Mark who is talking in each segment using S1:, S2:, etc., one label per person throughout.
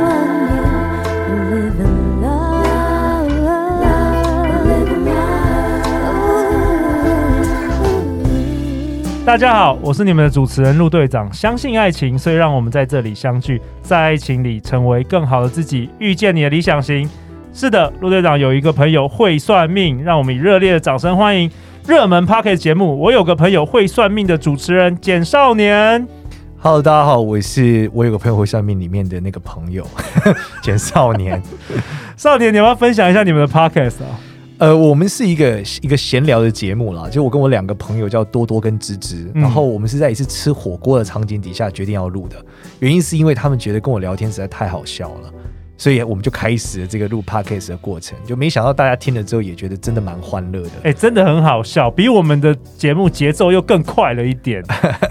S1: love you, live in love, live in love.
S2: 大家好，我是你们的主持人陆队长。相信爱情，所以让我们在这里相聚，在爱情里成为更好的自己，遇见你的理想型。是的，陆队长有一个朋友会算命，让我们以热烈的掌声欢迎热门 p o c k e t 节目《我有个朋友会算命》的主持人简少年。
S3: Hello，大家好，我是我有个朋友会算命里面的那个朋友简少年。
S2: 少年，你要不要分享一下你们的 p o c k e t 啊？
S3: 呃，我们是一个一个闲聊的节目啦，就我跟我两个朋友叫多多跟芝芝，
S2: 嗯
S3: 然后我们是在一次吃火锅的场景底下决定要录的，原因是因为他们觉得跟我聊天实在太好笑了。所以我们就开始了这个录 podcast 的过程，就没想到大家听了之后也觉得真的蛮欢乐的。
S2: 哎、真的很好笑，比我们的节目节奏又更快了一 点，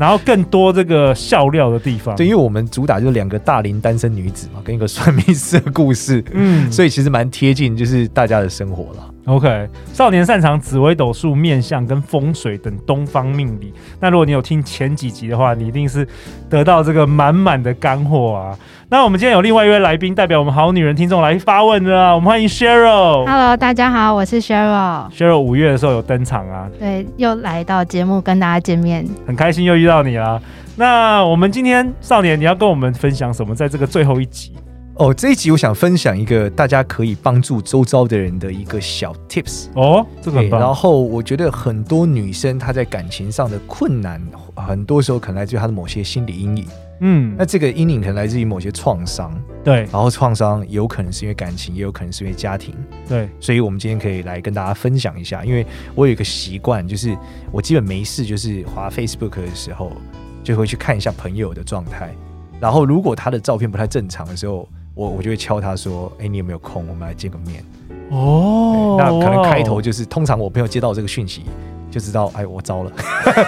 S2: 然后更多这个笑料的地方。
S3: 对，因为我们主打就是两个大龄单身女子嘛，跟一个算命师的故事，
S2: 嗯
S3: 所以其实蛮贴近就是大家的生活啦。
S2: OK，少年擅长紫微斗数、面相跟风水等东方命理。那如果你有听前几集的话，你一定是得到这个满满的干货啊。那我们今天有另外一位来宾，代表我们好女人听众来发问的啊，我们欢迎 Cheryl。
S4: Hello，大家好，我是 Cheryl，
S2: Cheryl 五月的时候有登场啊，
S4: 对，又来到节目跟大家见面。
S2: 很开心又遇到你啦。那我们今天少年，你要跟我们分享什么？在这个最后一集，
S3: 哦，这一集我想分享一个大家可以帮助周遭的人的一个小 tips。
S2: 哦，这个
S3: 对，
S2: 很
S3: 哎然
S2: 棒。
S3: 后我觉得很多女生她在感情上的困难，很多时候可能来自于她的某些心理阴影。
S2: 嗯
S3: 那，这个阴影可能来自于某些创伤，
S2: 对
S3: 然后创伤有可能是因为感情，也有可能是因为家庭。
S2: 对，
S3: 所以我们今天可以来跟大家分享一下，因为我有一个习惯，就是我基本没事就是滑 Facebook 的时候，就会去看一下朋友的状态。然后如果他的照片不太正常的时候，我我就会敲他说：“哎、你有没有空？我们来见个面。对
S2: 哦
S3: 哎那可能开头
S2: 哇
S3: 就是，通常我朋友接到这个讯息。就知道，哎，我糟了。
S2: 哦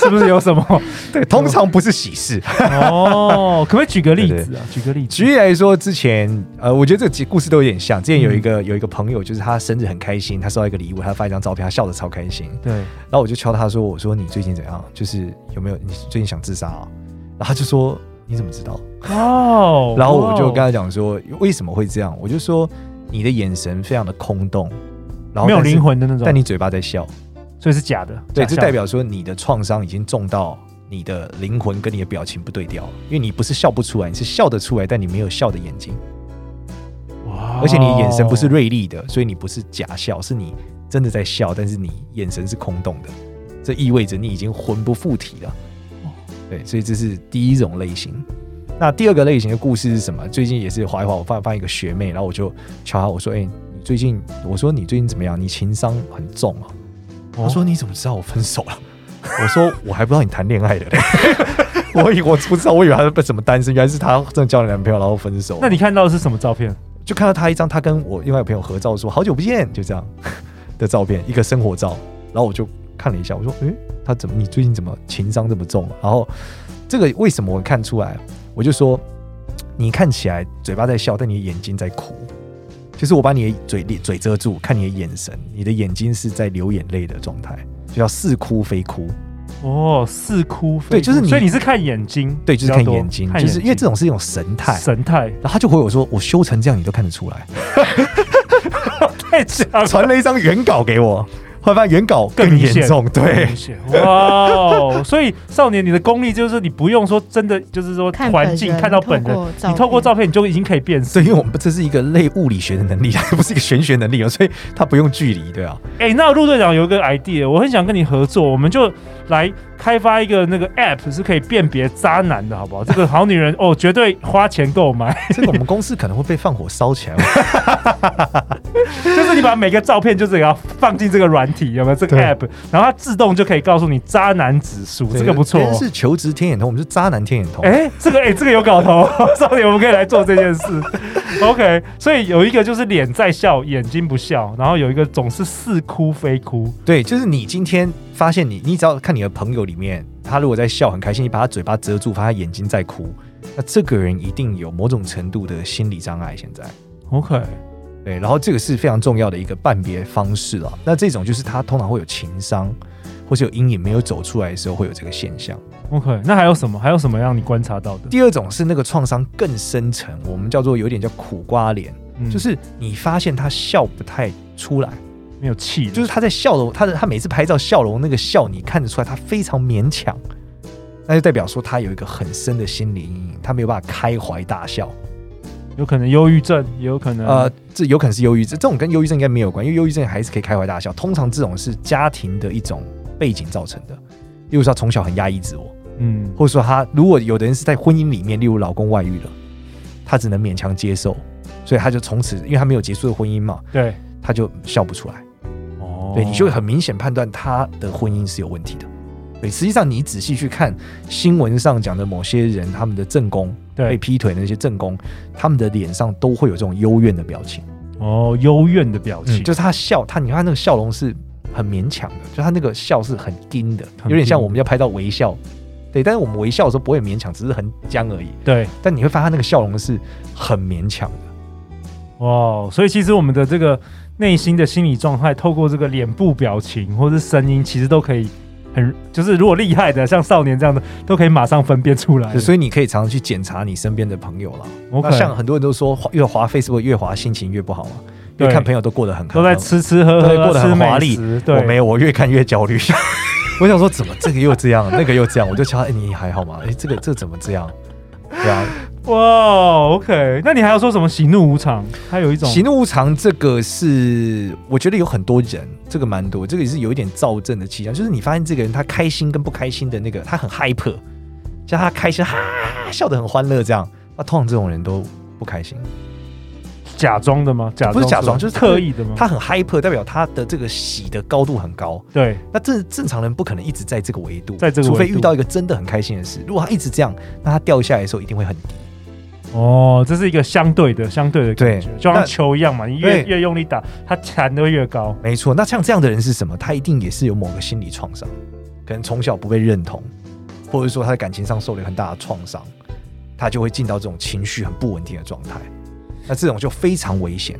S2: 是不是有什么？
S3: 对，通常不是喜事。
S2: 哦，可不可以举个例子啊？举个例子。
S3: 举例来说，之前，呃，我觉得这几故事都有点像。之前有一个、有一个朋友，就是他生日很开心，他收到一个礼物，他发一张照片，他笑得超开心。
S2: 对，
S3: 然后我就敲他说：“我说你最近怎样？就是有没有你最近想自杀啊？”然后他就说：“你怎么知道
S2: 哦？”
S3: 然后我就跟他讲说：“为什么会这样？”我就说：“你的眼神非常的空洞，然后
S2: 没有
S3: 但是
S2: 灵，魂的那种，啊
S3: 但你嘴巴在笑。
S2: 所以是假的，
S3: 对，
S2: 假
S3: 这
S2: 象
S3: 代表说你的创伤已经重到你的灵魂跟你的表情不对调了，因为你不是笑不出来，你是笑得出来，但你没有笑的眼睛，
S2: 哇哦
S3: 而且你的眼神不是锐利的，所以你不是假笑，是你真的在笑，但是你眼神是空洞的。”这意味着你已经魂不附体了。对，所以这是第一种类型。那第二个类型的故事是什么？最近也是滑一滑，我发发现一个学妹，然后我就敲她，我说：“哎、你最近，我说你最近怎么样？你情伤很重啊。”
S2: 哦
S3: 她说：“你怎么知道我分手了？” 我说：“我还不知道你谈恋爱的嘞。” 我以我不知道，我以为她是什么单身，原来是她真的交了男朋友，然后分手。
S2: 那你看到的是什么照片？
S3: 就看到她一张她跟我另外一个朋友合照，说好久不见，就这样 的照片，一个生活照。然后我就看了一下，我说，诶、她怎么你最近怎么情商这么重、啊然后这个为什么我看出来？我就说，你看起来嘴巴在笑，但你的眼睛在哭。就是我把你的嘴嘴遮住，看你的眼神，你的眼睛是在流眼泪的状态，就叫似哭非哭。
S2: 哦，似哭非哭
S3: 对就是你
S2: 所以你是看眼睛，
S3: 对，就是看眼睛，就是因为这
S2: 种
S3: 种是一种神态。
S2: 神 态
S3: 然后他就回我说：“我修成这样，你都看得出来。”
S2: 太假了，
S3: 传了一张原稿给我，后来发现原稿更
S2: 明
S3: 严
S2: 显
S3: 重，对
S2: 明显哇哦！所以少年，你的功力就是你不用说真的，就是说
S4: 看
S2: 环境看到本人，
S4: 人，
S2: 你透过照片你就已经可以辨识。
S3: 所以因为我们这是一个类物理学的能力，它不是一个玄学能力哦，所以它不用距离，对 啊，
S2: 哎、那陆队长有一个 idea，我很想跟你合作，我们就来开发一个那个 app，是可以辨别渣男的，好不好？这个好女人哦，绝对花钱购买，
S3: 这个我们公司可能会被放火烧起来。
S2: 就是你把每个照片就是给它放进这个软体，有没有这个
S3: 对
S2: app？然后它自动就可以告诉你渣男指数，这个不错
S3: 别。人是求职天眼通，我们是渣男天眼通。
S2: 哎、这个哎、这个有搞头， 少年，我们可以来做这件事。OK，所以有一个就是脸在笑，眼睛不笑，然后有一个总是似哭非哭，
S3: 对，就是你今天发现你，你只要看你的朋友里面，他如果在笑很开心，你把他嘴巴遮住，发现他眼睛在哭，那这个人一定有某种程度的心理障碍。现在
S2: OK，
S3: 对，然后这个是非常重要的一个判别方式了。那这种就是他通常会有情商，或是有阴影没有走出来的时候会有这个现象。
S2: OK，那还有什么？还有什么让你观察到的？
S3: 第二种是那个创伤更深层，我们叫做有点叫苦瓜脸，
S2: 嗯
S3: 就是你发现他笑不太出来，
S2: 没有气了，
S3: 就是他在笑容，他的他每次拍照笑容那个笑，你看得出来他非常勉强，那就代表说他有一个很深的心理阴影，他没有办法开怀大笑。
S2: 有可能忧郁症，也有可能
S3: 呃，这有可能是忧郁症，这种跟忧郁症应该没有关，因为忧郁症还是可以开怀大笑。通常这种是家庭的一种背景造成的，例如说他从小很压抑自我，
S2: 嗯，
S3: 或者说他如果有的人是在婚姻里面，例如老公外遇了，他只能勉强接受，所以他就从此，因为他没有结束的婚姻嘛，
S2: 对，
S3: 他就笑不出来。
S2: 哦
S3: 对，你就会很明显判断他的婚姻是有问题的。对，实际上你仔细去看新闻上讲的某些人，他们的正宫被
S2: 对
S3: 劈腿的那些正宫，他们的脸上都会有这种幽怨的表情，
S2: 哦幽怨的表情，
S3: 嗯就是他笑，他你看他那个笑容是很勉强的，就他那个笑是很硬的，
S2: 很
S3: 有点像
S2: 硬
S3: 我们要拍到微笑。对，但是我们微笑的时候不会勉强，只是很僵而已。
S2: 对
S3: 但你会发现他那个笑容是很勉强的，
S2: 哇，所以其实我们的这个内心的心理状态，透过这个脸部表情或是声音，其实都可以很，就是如果厉害的像少年这样的，都可以马上分辨出来。
S3: 所以你可以常常去检查你身边的朋友了。
S2: 我可
S3: 那像
S2: 能
S3: 很多人都说，滑越滑 Facebook 越滑心情越不好嘛，
S2: 对
S3: 越看朋友都过得很
S2: 都在
S3: 很
S2: 吃吃喝
S3: 对
S2: 喝，
S3: 过得很
S2: 吃美
S3: 华丽
S2: 食对，
S3: 我没有，我越看越焦虑。 我想说，怎么这个又这样，那个又这样，我就瞧，哎、你还好吗？哎、这个这怎么这样？对啊，
S2: 哇，OK，那你还要说什么喜怒无常？它有一种
S3: 喜怒无常这个是，我觉得有很多人，这个蛮多，这个也是有一点躁症的倾向，就是你发现这个人他开心跟不开心的那个，他很 hyper，像他开心哈笑得很欢乐这样，那通常这种人都不开心。
S2: 假装的吗？假装
S3: 不是假装
S2: 吗
S3: 就是
S2: 刻意的吗？
S3: 他很 hyper，代表他的这个喜的高度很高。
S2: 对
S3: 那正正常人不可能一直在这个维度，
S2: 在这个
S3: 除非
S2: 维度
S3: 遇到一个真的很开心的事。如果他一直这样，那他掉下来的时候一定会很低。
S2: 哦，这是一个相对的相对的感觉，
S3: 对
S2: 就
S3: 那
S2: 像球一样嘛，你越
S3: 对
S2: 越用力打，它弹的越高。
S3: 没错，那像这样的人是什么？他一定也是有某个心理创伤，可能从小不被认同，或者说他在感情上受了很大的创伤，他就会进到这种情绪很不稳定的状态。那这种就非常危险，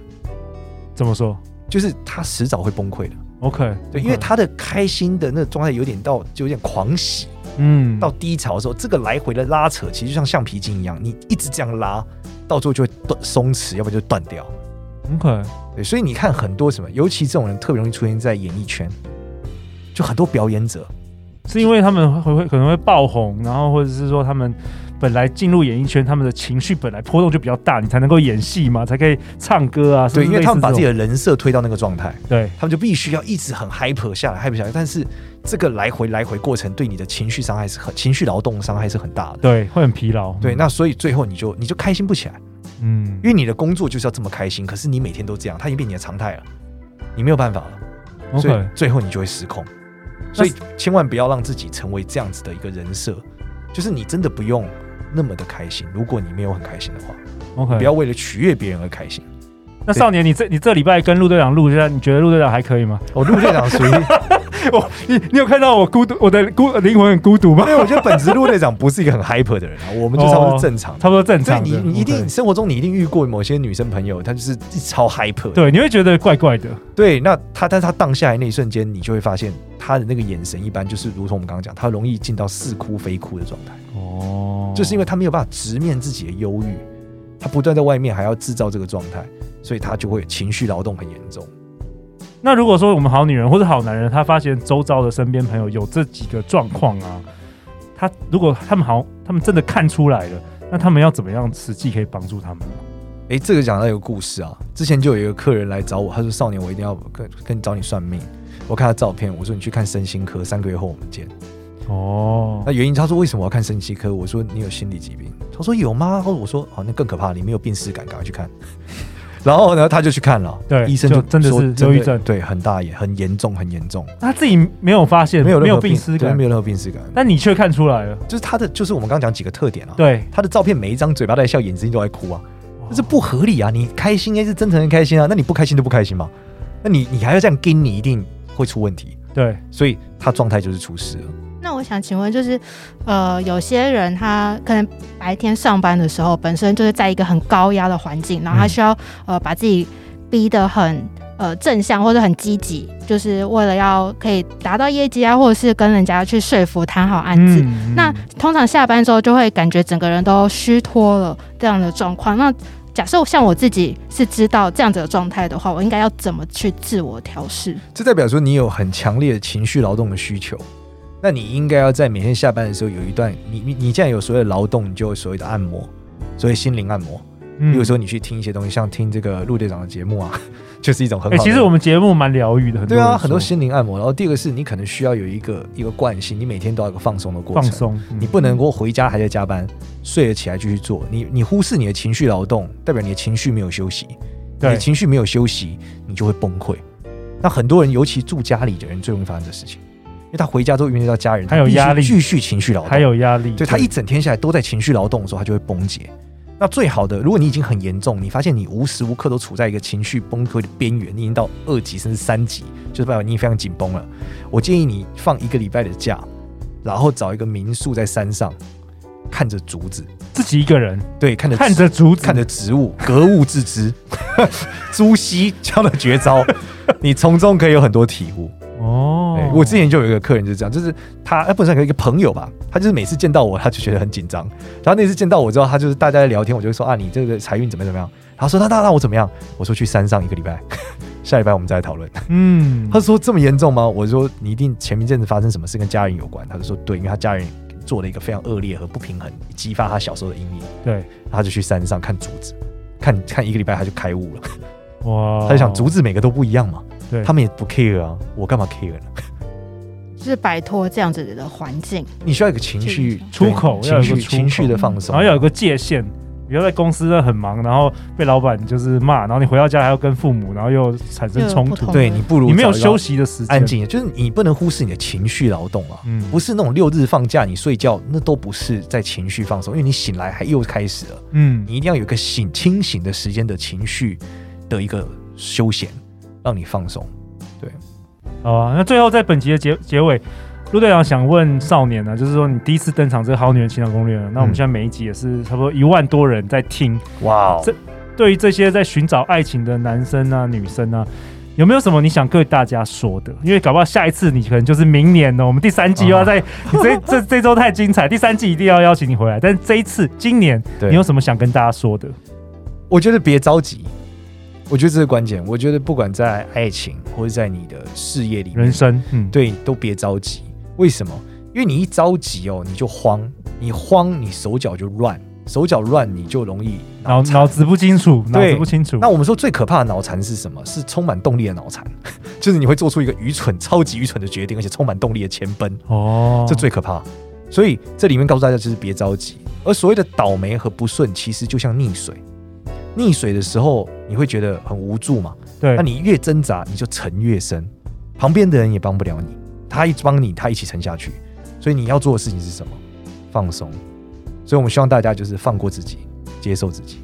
S2: 怎么说
S3: 就是他迟早会崩溃的。
S2: ？OK，
S3: 对，因为
S2: OK，
S3: 他的开心的那个状态有点到就有点狂喜，
S2: 嗯
S3: 到低潮的时候，这个来回的拉扯，其实就像橡皮筋一样，你一直这样拉，到最后就会断松弛，要不然就断掉。
S2: OK，
S3: 对，所以你看很多什么，尤其这种人特别容易出现在演艺圈，就很多表演者，
S2: 是因为他们会会可能会爆红，然后或者是说他们本来进入演艺圈，他们的情绪本来波动就比较大，你才能够演戏嘛，才可以唱歌啊。
S3: 对，
S2: 是
S3: 因
S2: 不是
S3: 为他们把
S2: 类
S3: 自
S2: 似
S3: 己
S2: 这种
S3: 的人设推到那个状态，
S2: 对
S3: 他们就必须要一直很 hyper 下来，hyper 下来，但是这个来回来回过程对你的情绪伤害是很情绪劳动伤害是很大的。
S2: 对会很疲劳。
S3: 对，那所以最后你就你就开心不起来，
S2: 嗯
S3: 因为你的工作就是要这么开心，可是你每天都这样，它已经变你的常态了，你没有办法了。所以
S2: ，OK，
S3: 最后你就会失控。所以千万不要让自己成为这样子的一个人设，就是你真的不用那么的开心。如果你没有很开心的话，
S2: OK，
S3: 不要为了取悦别人而开心。
S2: 那少年，你这你这礼拜跟陆队长录一下，你觉得陆队长还可以 吗？
S3: 我陆队长属于，
S2: 我你你有看到我孤独，我的孤灵魂很孤独吗
S3: 因？为我觉得本职陆队长不是一个很 hyper 的人啊，我们就差不多是正常的。
S2: 哦差不多正
S3: 所以
S2: 常的。嗯
S3: 你你一
S2: OK
S3: 定生活中你一定遇过某些女生朋友，她就是超 hyper 的。
S2: 对，你会觉得怪怪的。
S3: 对，那她但是她荡下来那一瞬间，你就会发现她的那个眼神一般就是如同我们刚刚讲，她容易进到似哭非哭的状态。
S2: 哦
S3: 就是因为他没有办法直面自己的忧郁，他不断在外面还要制造这个状态，所以他就会情绪劳动很严重。
S2: 那如果说我们好女人或者好男人，他发现周遭的身边朋友有这几个状况啊，他如果他们好，他们真的看出来了，那他们要怎么样实际可以帮助他们呢？
S3: 诶，这个讲到一个故事啊，之前就有一个客人来找我，他说：“少年，我一定要跟跟找你算命。”我看他照片，我说：“你去看身心科，三个月后我们见。”
S2: 哦
S3: 那原因他说：“为什么我要看身心科？”我说：“你有心理疾病。”他说：“有吗？”我说：“哦，那更可怕，你没有病耻感，赶快去看。” 然后呢，他就去看了，
S2: 对
S3: 医生
S2: 就
S3: 就
S2: 真的
S3: 说
S2: 是忧郁症
S3: 对，很大也很严重，很严重，
S2: 他自己没有发现，
S3: 没有任
S2: 没
S3: 何
S2: 有病耻
S3: 对
S2: 感
S3: 没，有任何病耻感。
S2: 但你却看出来了。
S3: 就是他的，就是我们刚刚讲几个特点啊。，
S2: 对，
S3: 他的照片每一张嘴巴都在笑，眼睛都在哭啊，这是不合理啊！你开心应该是真诚的开心啊，那你不开心就不开心嘛，那你你还要这样跟，你一定会出问题。
S2: 对，
S3: 所以他状态就是出事了。
S4: 那我想请问，就是呃，有些人他可能白天上班的时候，本身就是在一个很高压的环境，然后他需要、呃把自己逼得很呃正向或者很积极，就是为了要可以达到业绩啊，或者是跟人家去说服谈好案子。
S2: 嗯
S4: 那通常下班之后就会感觉整个人都虚脱了这样的状况。那假设像我自己是知道这样子的状态的话，我应该要怎么去自我调试？
S3: 这代表说你有很强烈的情绪劳动的需求。那你应该要在每天下班的时候有一段，你你你既然有所谓的劳动，你就有所谓的按摩，所谓心灵按摩。
S2: 嗯
S3: 比如，说你去听一些东西，像听这个陆队长的节目啊， 就是一种很
S2: 嗯哎，
S3: 好的。
S2: 其实我们节目蛮疗愈的，
S3: 对
S2: 人
S3: 啊，
S2: 说
S3: 很多心灵按摩。然后第二个是你可能需要有一个一个惯性，你每天都要有一个放松的过
S2: 放
S3: 程。
S2: 松，嗯
S3: 你不能够回家还在加班，睡了起来继续做。你你忽视你的情绪劳动，代表你的情绪没有休息。你
S2: 对
S3: 的情绪没有休息，你就会崩溃。那很多人，尤其住家里的人，最容易发生这事情，因为他回家都面对到家人，
S2: 还有
S3: 他必须
S2: 压力
S3: 继续情绪劳动，
S2: 还有压力，
S3: 对他一整天下来都在情绪劳动的时候，他就会崩解。那最好的，如果你已经很严重，你发现你无时无刻都处在一个情绪崩溃的边缘，你已经到二级甚至三级，就是代表你已经非常紧绷了。我建议你放一个礼拜的假，然后找一个民宿在山上，看着竹子，
S2: 自己一个人
S3: 对，看着
S2: 看着竹子，
S3: 看着植物，格物致知， 朱熹教的绝 招，你从中可以有很多体悟。
S2: 哦
S3: 对，我之前就有一个客人就是这样，就是他，呃、不是有一个朋友吧，他就是每次见到我，他就觉得很紧张。然后那次见到我之后，他就是大家在聊天，我就会说啊，你这个财运怎么样怎么样？他说那那那我怎么样？我说去山上一个礼拜， 下礼拜我们再来讨论。
S2: 嗯，
S3: 他说这么严重吗？我说你一定前一阵子发生什么事跟家人有关。他就说对，因为他家人做了一个非常恶劣和不平衡，激发他小时候的阴影。
S2: 对
S3: 他就去山上看竹子，看看一个礼拜他就开悟了。
S2: 哇，
S3: 他就想竹子每个都不一样嘛，
S2: 哦对
S3: 他们也不 care 啊，我干嘛 care 呢？
S4: 就是摆脱这样子的环境。
S3: 你需要一个情绪
S4: 情
S2: 出口要有
S3: 情
S2: 一个
S3: 绪
S2: 出口
S3: 情绪的放松，
S2: 然后要有一个界限，不要在公司很忙，然后被老板就是骂，然后你回到家还要跟父母，然后又产生冲
S4: 又有不
S2: 突
S4: 同，
S3: 对你不如
S2: 你没有
S3: 找一个
S2: 休息的时间，
S3: 安，静，就是你不能忽视你的情绪劳动啊。
S2: 嗯，
S3: 不是那种六日放假你睡觉，那都不是在情绪放松，因为你醒来还又开始了。
S2: 嗯，
S3: 你一定要有一个醒清醒的时间的情绪的一个休闲，让你放松。
S2: 好啊。那最后在本集的结结尾，陆队长想问少年呢、就是说你第一次登场这个《好女人情场攻略》，那我们
S3: 嗯
S2: 现在每一集也是差不多一万多人在听，
S3: 哇哦
S2: 这对于这些在寻找爱情的男生啊、女生啊，有没有什么你想对大家说的？因为搞不好下一次你可能就是明年哦呢，我们第三季又
S3: 啊
S2: 要在、你 这这这周太精彩，第三季一定要邀请你回来。但是这一次今年
S3: 对
S2: 你有什么想跟大家说的？
S3: 我觉得别着急，我觉得这是关键。我觉得不管在爱情或者在你的事业里面，
S2: 人生，嗯，
S3: 对，都别着急。为什么？因为你一着急哦，你就慌，你慌，你手脚就乱，手脚乱，你就容易
S2: 脑
S3: 残
S2: 脑子不清楚，脑
S3: 对
S2: 子不清楚
S3: 那。我们说最可怕的脑残是什么？是充满动力的脑残， 就是你会做出一个愚蠢、超级愚蠢的决定，而且充满动力的前奔，
S2: 哦，
S3: 这最可怕。所以这里面告诉大家就是别着急。而所谓的倒霉和不顺，其实就像溺水。溺水的时候，你会觉得很无助嘛？
S2: 对
S3: 那，你越挣扎，你就沉越深，旁边的人也帮不了你，他一帮你，他一起沉下去。所以你要做的事情是什么？放松。所以我们希望大家就是放过自己，接受自己。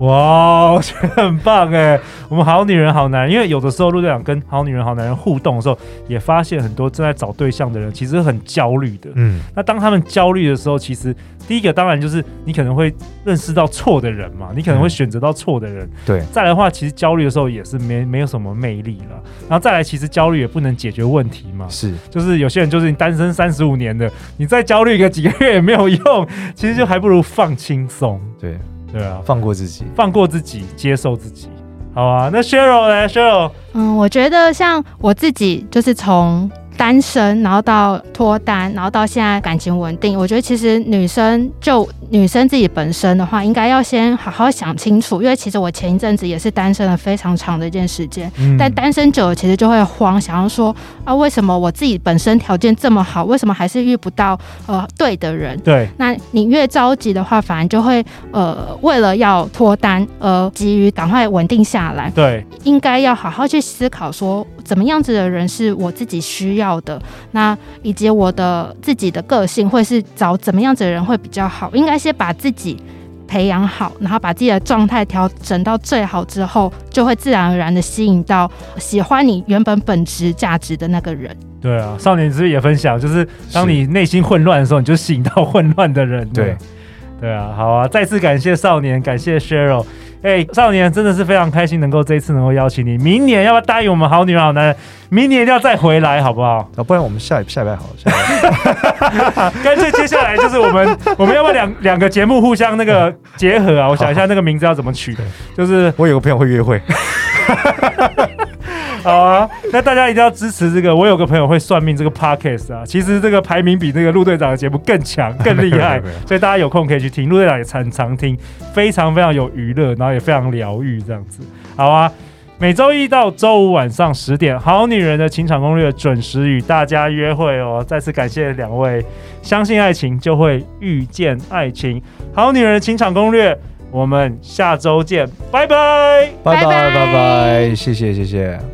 S2: 哇，我觉得很棒哎！我们好女人好男人，因为有的时候陆队长跟好女人好男人互动的时候，也发现很多正在找对象的人其实很焦虑的。
S3: 嗯，
S2: 那当他们焦虑的时候，其实第一个当然就是你可能会认识到错的人嘛，你可能会
S3: 嗯
S2: 选择到错的人。
S3: 对，
S2: 再来的话，其实焦虑的时候也是没没有什么魅力了。然后再来，其实焦虑也不能解决问题嘛，
S3: 是
S2: 就是有些人就是你单身三十五年的，你再焦虑个几个月也没有用，其实就还不如放轻松，
S3: 对，
S2: 对啊，
S3: 放过自己。
S2: 放过自己，接受自己。好啊，那 Cheryl 呢？Cheryl，
S4: 嗯，我觉得像我自己，就是从单身，然后到脱单，然后到现在感情稳定，我觉得其实女生就女生自己本身的话，应该要先好好想清楚，因为其实我前一阵子也是单身了非常长的一段时间，
S2: 嗯
S4: 但单身久了其实就会慌，想要说啊，为什么我自己本身条件这么好，为什么还是遇不到呃对的人？
S2: 对，
S4: 那你越着急的话，反而就会呃，为了要脱单而急于赶快稳定下来，
S2: 对，
S4: 应该要好好去思考说，怎么样子的人是我自己需要的，那以及我的自己的个性会是找怎么样子的人会比较好。应该先把自己培养好，然后把自己的状态调整到最好之后，就会自然而然的吸引到喜欢你原本本质价值的那个人。
S2: 对啊，少年之是也分享，就是当你内心混乱的时候，你就吸引到混乱的人。
S3: 对，
S2: 对啊，好啊，再次感谢少年，感谢 Cheryl。哎、少年真的是非常开心能够这一次能够邀请你，明年要不要答应我们好女人好男人？明年一定要再回来，好不好？
S3: 啊，不然我们下一下一拜好了，下一拜
S2: 干脆接下来就是我们， 我们要不要两两个节目互相那个结合啊？我想一下那个名字要怎么取，就是
S3: 我有个朋友会约 会，
S2: 好啊，那大家一定要支持这个。我有个朋友会算命，这个 podcast 啊，其实这个排名比那个陆队长的节目更强、更厉害
S3: 没有没，有
S2: 所以大家有空可以去听。陆队长也常常听，非常非常有娱乐，然后也非常疗愈，这样子。好啊，每周一到周五晚上十点，《好女人的情场攻略》准时与大家约会哦。再次感谢两位，相信爱情就会遇见爱情，《好女人的情场攻略》，我们下周见，拜拜。
S3: 拜
S4: 拜
S3: 拜拜拜，谢谢谢谢。